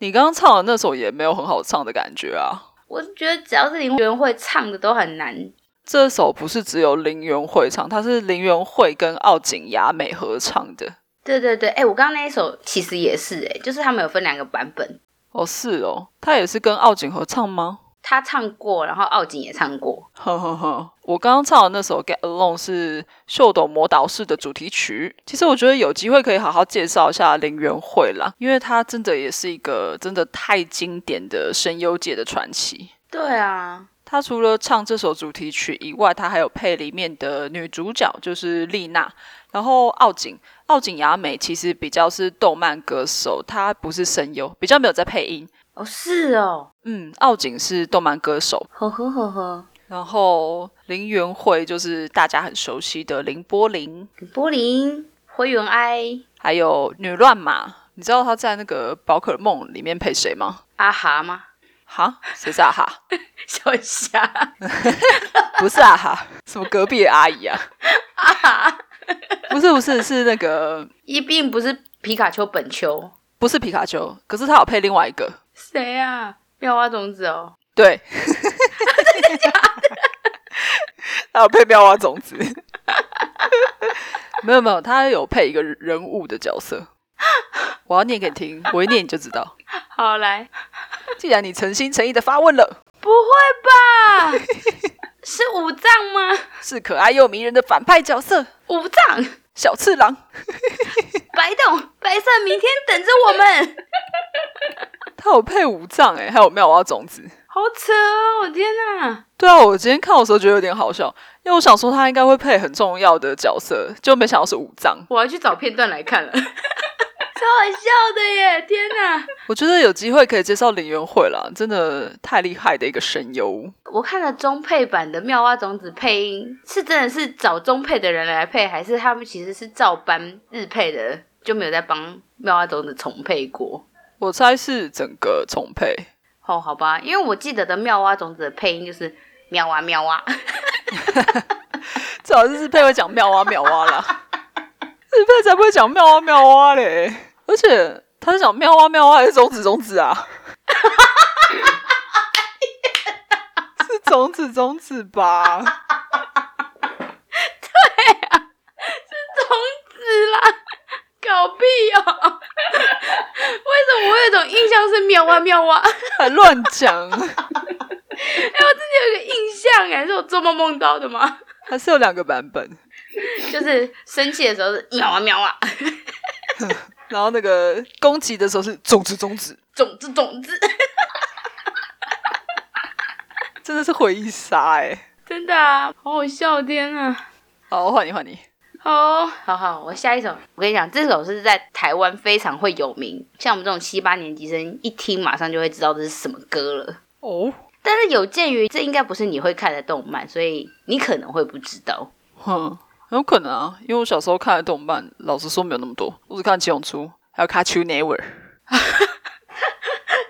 Speaker 2: 你刚刚唱的那首也没有很好唱的感觉啊。
Speaker 1: 我觉得只要是林元会唱的都很难。
Speaker 2: 这首不是只有林元惠唱，它是林元惠跟奥井雅美合唱的。
Speaker 1: 对对对，哎、我刚刚那一首其实也是、哎，就是他们有分两个版本，
Speaker 5: 哦，是哦，他也是跟奥景合唱吗？
Speaker 1: 他唱过，然后奥景也唱过。
Speaker 5: 呵
Speaker 2: 嗯
Speaker 5: 呵呵，我刚刚唱的那首《Get Along》是《秀斗魔导士》的主题曲。其实我觉得有机会可以好好介绍一下林元惠啦，因为她真的也是一个真的太经典的声优界的传奇。
Speaker 1: 对啊，
Speaker 5: 她除了唱这首主题曲以外，她还有配里面的女主角，就是丽娜。然后奥景，奥景雅美其实比较是动漫歌手，她不是声优，比较没有在配音。
Speaker 1: 哦是哦，
Speaker 5: 嗯，奥景是动漫歌手，
Speaker 1: 呵呵呵呵，
Speaker 5: 然后林元惠就是大家很熟悉的林波林，
Speaker 1: 柏林、灰原哀、
Speaker 5: 还有女乱马。你知道她在那个宝可梦里面配谁吗？
Speaker 1: 阿哈吗？
Speaker 5: 哈，谁是啊哈？
Speaker 1: 小霞，
Speaker 5: 不是啊哈，什么隔壁的阿姨啊？
Speaker 1: 阿哈，
Speaker 5: 不是不是，是那个
Speaker 1: 一并不是皮卡丘本丘，
Speaker 5: 不是皮卡丘，可是她有配另外一个。
Speaker 1: 谁啊？妙蛙种子哦，
Speaker 5: 对，还有配妙蛙种子， 没有没有，他有配一个人物的角色。我要念给你听，我一念你就知道。
Speaker 1: 好来，
Speaker 5: 既然你诚心诚意的发问了，
Speaker 1: 不 会吧？是五藏吗？
Speaker 5: 是可爱又迷人的反派角色
Speaker 1: 五藏，
Speaker 5: 小次郎，
Speaker 1: 白洞，白色明天等着我们。
Speaker 5: 他有配五藏哎，还有妙蛙种子。
Speaker 1: 好扯哦！我天哪，
Speaker 5: 对啊，我今天看的时候觉得有点好笑，因为我想说他应该会配很重要的角色，就没想到是五藏。
Speaker 1: 我要去找片段来看 了，超好笑的耶！天哪，
Speaker 5: 我觉得有机会可以介绍林元惠啦，真的太厉害的一个声优。
Speaker 1: 我看了中配版的《妙蛙种子》配音，是真的是找中配的人来配，还是他们其实是照搬日配的，就没有在帮妙蛙种子重配过？
Speaker 5: 我猜是整个重配，
Speaker 1: 哦，好吧，因为我记得的妙蛙种子的配音就是喵啊喵啊，
Speaker 5: 最好是日配会讲妙蛙妙蛙 啦，日配才不会讲妙蛙妙蛙嘞。而且他是讲妙蛙妙蛙还是种子种子啊？ 是种子种子吧？
Speaker 1: 种子啦，搞屁哦！ 为什么我有一种印象是喵啊喵 啊？
Speaker 5: 还乱讲，
Speaker 1: 哎、我真的有一个印象哎，是我做梦梦到的吗？
Speaker 5: 还是有两个版本。
Speaker 1: 就是生气的时候是喵啊喵啊，
Speaker 5: 然后那个攻击的时候是种子种子，
Speaker 1: 种子种子，
Speaker 5: 真的是回忆杀哎、
Speaker 1: 真的啊，好好笑，天啊！
Speaker 5: 好，换你换你。
Speaker 1: 好，好好，我下一首，我跟你讲，这首是在台湾非常会有名，像我们这种七八年级生一听马上就会知道这是什么歌了。
Speaker 5: 哦，
Speaker 1: 但是有鉴于这应该不是你会看的动漫，所以你可能会不知道。
Speaker 5: 哼，很有可能啊，因为我小时候看的动漫，老实说没有那么多，我只看《七龙珠》还有《卡丘 Never》。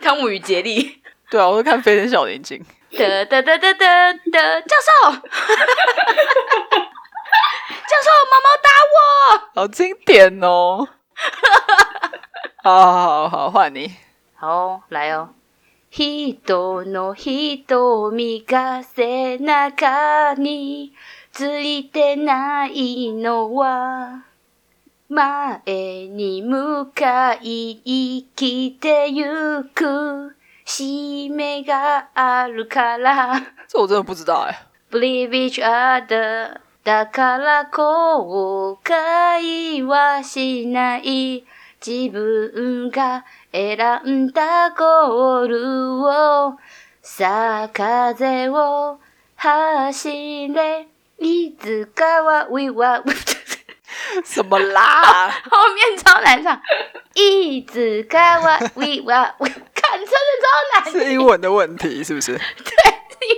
Speaker 1: 汤姆与杰利，
Speaker 5: 对啊，我都看《飞天小女警》。
Speaker 1: 的的的的的的教授，教 授毛毛打我。
Speaker 5: 好经典哦！ 好好好好，换你。
Speaker 1: 好，来哦。人の瞳が背中についてないのは前に向かい生きてゆく使命があるから
Speaker 5: 这我真的不知道哎、
Speaker 1: Believe each other だから後悔はしない自分が選んだゴールをさあ風を走れいつかは we will
Speaker 5: 什么啦？
Speaker 1: 后面超难唱いつかは we will 看真的超难
Speaker 5: 是英文的问题是不是？
Speaker 1: 因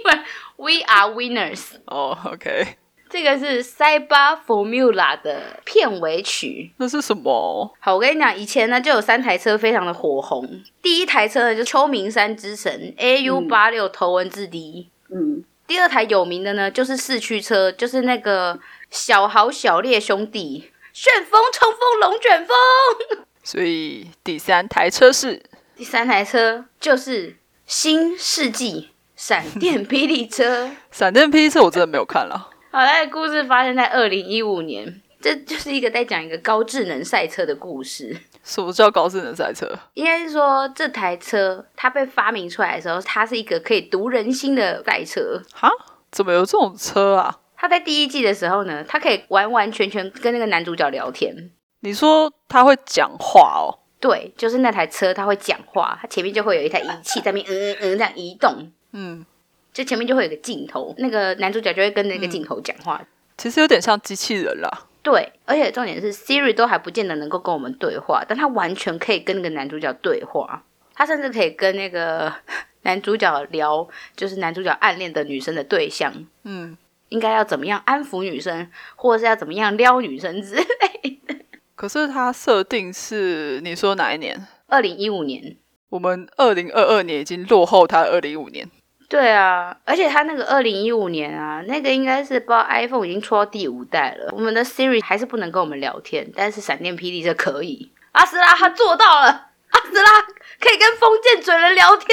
Speaker 1: 为 we are winners
Speaker 5: 哦、o k
Speaker 1: 这个是 Cyber Formula 的片尾曲。
Speaker 5: 那是什么？
Speaker 1: 好，我跟你讲，以前呢就有三台车非常的火红。第一台车呢就是秋名山之神 AU 八六头文字 D，、
Speaker 2: 嗯，
Speaker 1: 第二台有名的呢就是四驱车，就是那个小豪小烈兄弟旋风冲锋龙卷风。
Speaker 5: 所以第三台车是
Speaker 1: 第三台车就是新世纪闪电霹雳车。
Speaker 5: 闪电霹雳车，我真的没有看了。
Speaker 1: 好，它的故事发生在二零一五年，这就是一个在讲一个高智能赛车的故事。
Speaker 5: 什么叫高智能赛车？
Speaker 1: 应该是说，这台车它被发明出来的时候，它是一个可以读人心的赛车。
Speaker 5: 哈？怎么有这种车啊？
Speaker 1: 它在第一季的时候呢，它可以完完全全跟那个男主角聊天。
Speaker 5: 你说他会讲话哦？
Speaker 1: 对，就是那台车，它会讲话，它前面就会有一台仪器在那边嗯嗯嗯这样移动，
Speaker 5: 嗯，
Speaker 1: 就前面就会有个镜头，那个男主角就会跟那个镜头讲话。
Speaker 5: 其实有点像机器人啦。
Speaker 1: 对，而且重点是 Siri 都还不见得能够跟我们对话，但他完全可以跟那个男主角对话，他甚至可以跟那个 男主角聊，就是男主角暗恋的女生的对象，
Speaker 5: 嗯，
Speaker 1: 应该要怎么样安抚女生，或者是要怎么样撩女生之类。
Speaker 5: 可是它设定是你说哪一年？
Speaker 1: 二零一五年，
Speaker 5: 我们二零二二年已经落后它二零五年。
Speaker 1: 对啊，而且他那个二零一五年啊，那个应该是不知道 iPhone 已经出到第五代了，我们的 Siri 还是不能跟我们聊天，但是闪电霹雳这可以。阿斯拉他做到了，阿斯拉可以跟封建准人聊天，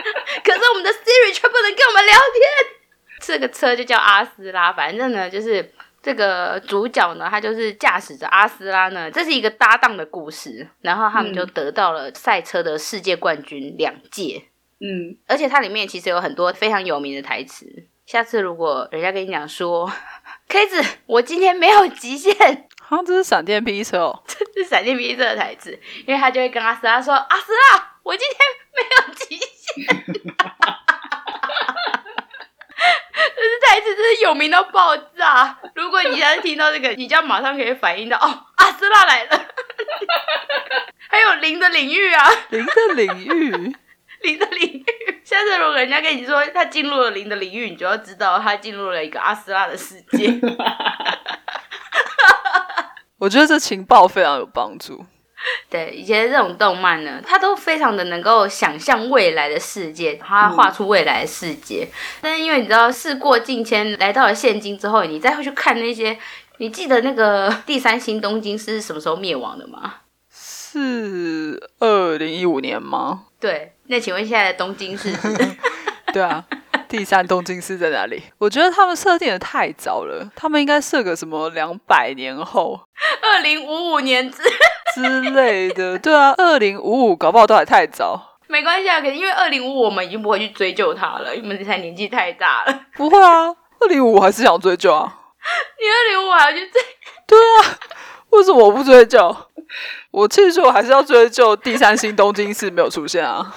Speaker 1: 可是我们的 Siri 却不能跟我们聊天。这个车就叫阿斯拉，反正呢就是。这个主角呢，他就是驾驶着阿斯拉呢，这是一个搭档的故事，然后他们就得到了赛车的世界冠军两届。
Speaker 2: 嗯，
Speaker 1: 而且它里面其实有很多非常有名的台词。下次如果人家跟你讲说 “K 子，我今天没有极限”，
Speaker 5: 好啊像这是闪电霹雳车哦。
Speaker 1: 是闪电霹雳这的台词，因为他就会跟阿斯拉说：“阿斯拉，我今天没有极限。” 这是台词，真是有名到爆炸。如果你要是听到这个，你就要马上可以反应到哦，阿斯拉来了。 还有零的领域啊，
Speaker 5: 零的领域，
Speaker 1: 零的领域。下次如果人家跟你说他进入了零的领域，你就要知道他进入了一个阿斯拉的世界。
Speaker 5: 我觉得这情报非常有帮助。
Speaker 1: 对，以前这种动漫呢，它都非常的能够想象未来的世界，它画出未来的世界。但是因为你知道，事过境迁，来到了现今之后，你再会去看那些，你记得那个第三星东京是什么时候灭亡的吗？
Speaker 5: 是二零一五年吗？
Speaker 1: 对，那请问现在的东京是
Speaker 5: 对啊。第三东京是在哪里？我觉得他们设定的太早了，他们应该设个什么两百年后
Speaker 1: 二零五五年之
Speaker 5: 之类的。对啊，二零五五搞不好都还太早。
Speaker 1: 没关系啊，可能因为二零五我们已经不会去追究它了，因为我们现在年纪太大了。
Speaker 5: 不会啊，二零五还是想追究啊。
Speaker 1: 你二零五还要去追？
Speaker 5: 为什么我不追究？我其实我还是要追究第三星东京市没有出现啊。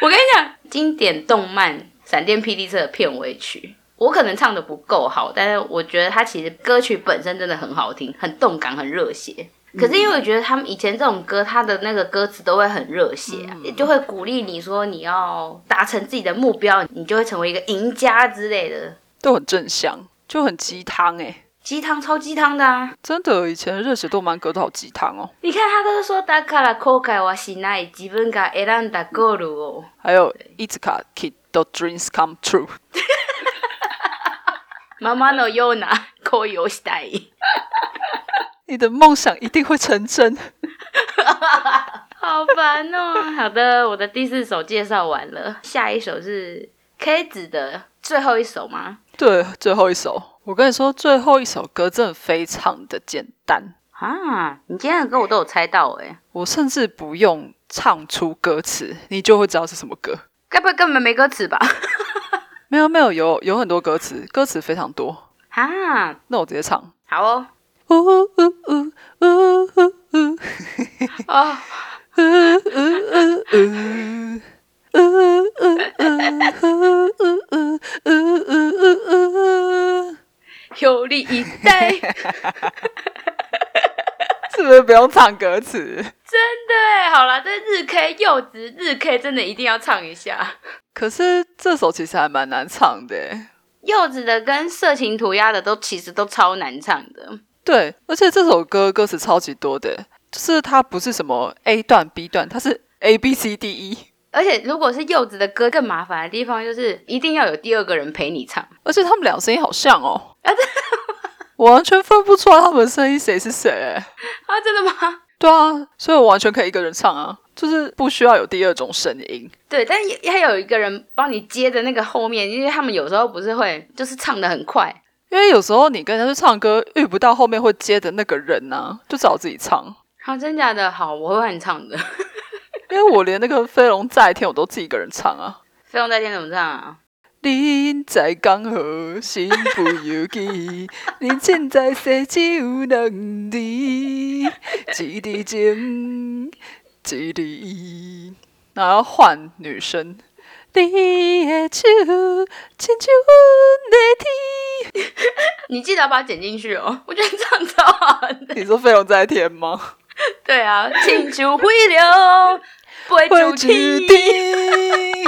Speaker 1: 我跟你讲，经典动漫《闪电霹雳车》的片尾曲，我可能唱的不够好，但是我觉得它其实歌曲本身真的很好听，很动感，很热血。可是因为我觉得他们以前这种歌，它的那个歌词都会很热血、啊，也就会鼓励你说你要达成自己的目标，你就会成为一个赢家之类的，
Speaker 5: 都很正向，就很鸡汤哎、
Speaker 1: 鸡汤超鸡汤的啊！
Speaker 5: 真的，以前的热血动漫歌都好鸡汤哦。
Speaker 1: 你看他都是说だから後悔はしない自分が選んだゴールを。
Speaker 5: 还有伊兹卡 Kid 的 Dreams Come True，
Speaker 1: 妈妈のような恋をしたい。
Speaker 5: 你的梦想一定会成真。
Speaker 1: 好烦哦。好的，我的第四首介绍完了，下一首是 K 子的最后一首吗？
Speaker 5: 对，最后一首，我跟你说，最后一首歌真的非常的简单，
Speaker 1: 啊，你今天的歌我都有猜到哎、
Speaker 5: 我甚至不用唱出歌词，你就会知道是什么歌。
Speaker 1: 该不会根本没歌词吧？
Speaker 5: 没有没有，有有很多歌词，歌词非常多。
Speaker 1: 啊，
Speaker 5: 那我直接唱。
Speaker 1: 好哦，
Speaker 5: 呜呜呜呜呜呜。
Speaker 1: 哦，有力以待，真
Speaker 5: 是不是不用唱歌词？
Speaker 1: 的耶好啦，这日 K 柚子日 K 真的一定要唱一下。
Speaker 5: 可是这首其实还蛮难唱的耶。
Speaker 1: 柚子的跟色情涂鸦的都其实都超难唱的，
Speaker 5: 对，而且这首歌歌词超级多的耶，就是它不是什么 A 段 B 段，它是 A B C D E，
Speaker 1: 而且如果是柚子的歌，更麻烦的地方就是一定要有第二个人陪你唱。
Speaker 5: 而且他们俩声音好像哦。我完全分不出来他们的声音谁是谁耶。
Speaker 1: 啊，真的吗？
Speaker 5: 对啊，所以我完全可以一个人唱啊，就是不需要有第二种声音。
Speaker 1: 对，但是也要有一个人帮你接着那个后面，因为他们有时候不是会就是唱的很快，
Speaker 5: 因为有时候你跟人家去唱歌，遇不到后面会接的那个人呐、就只好自己唱。
Speaker 1: 好，真假的好，我会换唱的。
Speaker 5: 因为我连那个《飞龙在天》我都自己一个人唱啊。
Speaker 1: 飞龙在天怎么唱啊？
Speaker 5: 人在江河，身不由己。人生在世，只有两字，一字情，一字意。然后换女生，你的手亲像阮的天。
Speaker 1: 你记得要把它剪进去哦，我觉得唱超好的。
Speaker 5: 你说飞龙在天吗？
Speaker 1: 对啊，庆祝回流，不会主题。
Speaker 5: 地，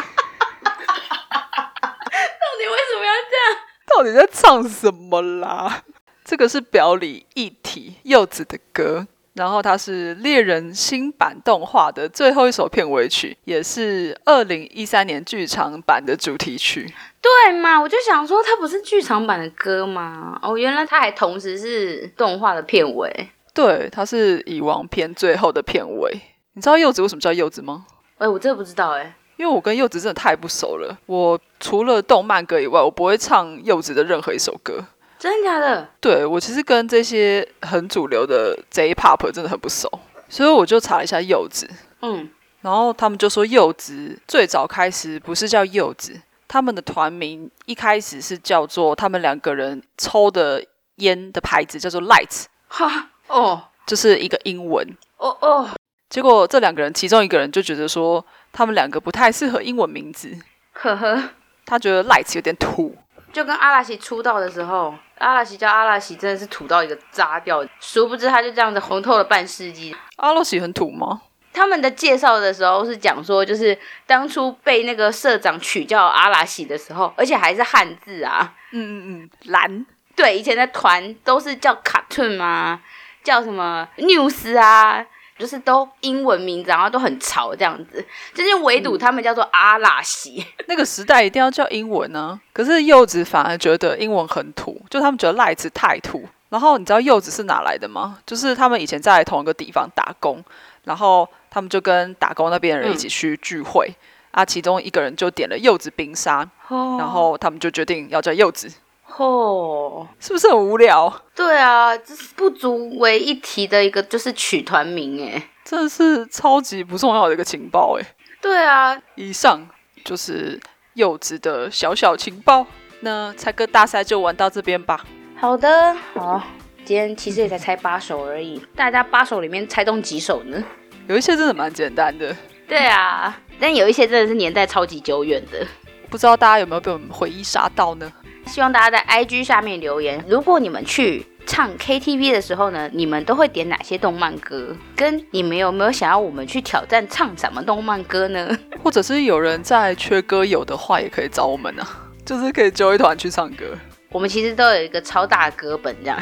Speaker 1: 到底为什么要这样？
Speaker 5: 到底在唱什么啦？这个是表里一体柚子的歌，然后它是猎人新版动画的最后一首片尾曲，也是二零一三年剧场版的主题曲。
Speaker 1: 对嘛，我就想说，它不是剧场版的歌吗？哦，原来它还同时是动画的片尾。
Speaker 5: 对，它是蚁王篇最后的片尾。你知道柚子为什么叫柚子吗？
Speaker 1: 哎、我真的不知道哎、
Speaker 5: 因为我跟柚子真的太不熟了。我除了动漫歌以外，我不会唱柚子的任何一首歌。
Speaker 1: 真的假的？
Speaker 5: 对我其实跟这些很主流的 J-pop 真的很不熟，所以我就查了一下柚子，
Speaker 1: 嗯，
Speaker 5: 然后他们就说柚子最早开始不是叫柚子，他们的团名一开始是叫做他们两个人抽的烟的牌子叫做 Light，
Speaker 1: 哈，哦，
Speaker 5: 就是一个英文。
Speaker 1: 哦哦，
Speaker 5: 结果这两个人其中一个人就觉得说他们两个不太适合英文名字，
Speaker 1: 呵呵，
Speaker 5: 他觉得 Light 有点土，
Speaker 1: 就跟阿拉西出道的时候，阿拉西叫阿拉西，真的是土到一个渣掉，殊不知他就这样子红透了半世纪。
Speaker 5: 阿洛喜很土吗？
Speaker 1: 他们的介绍的时候是讲说，就是当初被那个社长取叫阿拉西的时候，而且还是汉字啊。
Speaker 5: 嗯嗯嗯，蓝。
Speaker 1: 对，以前的团都是叫 cartoon 啊，叫什么 news 啊，就是都英文名字，然后都很潮这样子。就是唯独他们叫做阿拉西，
Speaker 5: 那个时代一定要叫英文啊。可是柚子反而觉得英文很土，就他们觉得赖子太土。然后你知道柚子是哪来的吗？就是他们以前在同一个地方打工，然后他们就跟打工那边的人一起去聚会、啊，其中一个人就点了柚子冰沙，然后他们就决定要叫柚子，
Speaker 1: 哦，
Speaker 5: 是不是很无聊？
Speaker 1: 对啊，这是不足为一提的一个就是曲团名哎。
Speaker 5: 真的是超级不重要的一个情报诶、
Speaker 1: 对啊，
Speaker 5: 以上就是柚子的小小情报。那猜歌大赛就玩到这边吧。
Speaker 1: 好的，好，今天其实也才猜八首而已，大家八首里面猜中几首呢？
Speaker 5: 有一些真的蛮简单的，
Speaker 1: 对啊，但有一些真的是年代超级久远的。
Speaker 5: 不知道大家有没有被我们回忆杀到呢？
Speaker 1: 希望大家在 IG 下面留言，如果你们去唱 KTV 的时候呢，你们都会点哪些动漫歌？跟你们有没有想要我们去挑战唱什么动漫歌呢？
Speaker 5: 或者是有人在缺歌友的话，也可以找我们啊，就是可以揪一团去唱歌，
Speaker 1: 我们其实都有一个超大的歌本，这样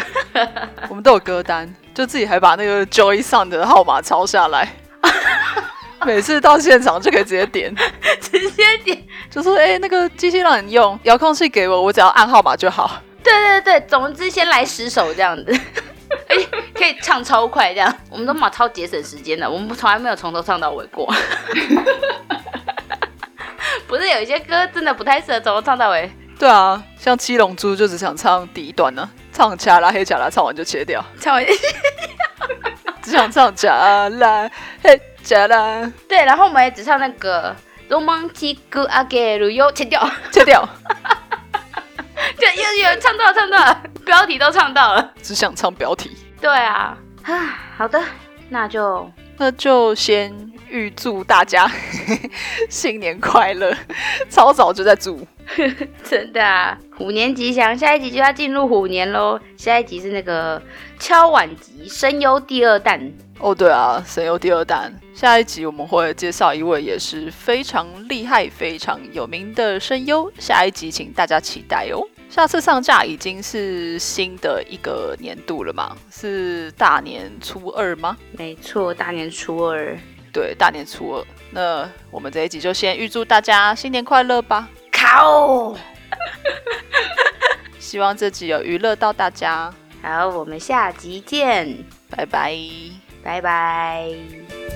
Speaker 5: 我们都有歌单，就自己还把那个 Joy 上的号码抄下来， 每次到现场就可以直接点，
Speaker 1: 直接点。
Speaker 5: 就说哎、欸那个机器让你用，遥控器给我，我只要按号码就好。
Speaker 1: 对对对，总之先来十首这样子， 而且可以唱超快这样。我们都马超节省时间的，我们从来没有从头唱到尾过。 不是有一些歌真的不太适合从头唱到尾，
Speaker 5: 对啊，像七龙珠就只想唱第一段呢、唱卡拉黑卡拉，唱完就切掉，
Speaker 1: 唱完。
Speaker 5: 只想唱卡拉黑卡拉，
Speaker 1: 对，然后我们也只唱那个《Romantic a g a i n 又切掉，
Speaker 5: 切掉。
Speaker 1: 对，又又唱到了，唱到了，标题都唱到了。
Speaker 5: 只想唱标题。
Speaker 1: 对啊，啊，好的，那就
Speaker 5: 那就先预祝大家 新年快乐，超早就在祝。
Speaker 1: 真的啊，虎年吉祥，下一集就要进入虎年喽。下一集是那个敲碗集声优第二弹，
Speaker 5: 哦，对啊，神游第二弹，下一集我们会介绍一位也是非常厉害、非常有名的声优，下一集请大家期待哦。下次上架已经是新的一个年度了嘛，是大年初二吗？
Speaker 1: 没错，大年初二，
Speaker 5: 对，大年初二。那我们这一集就先预祝大家新年快乐吧，
Speaker 1: 卡哦。
Speaker 5: 希望这集有娱乐到大家，
Speaker 1: 好，我们下集见，
Speaker 5: 拜拜。
Speaker 1: 拜拜。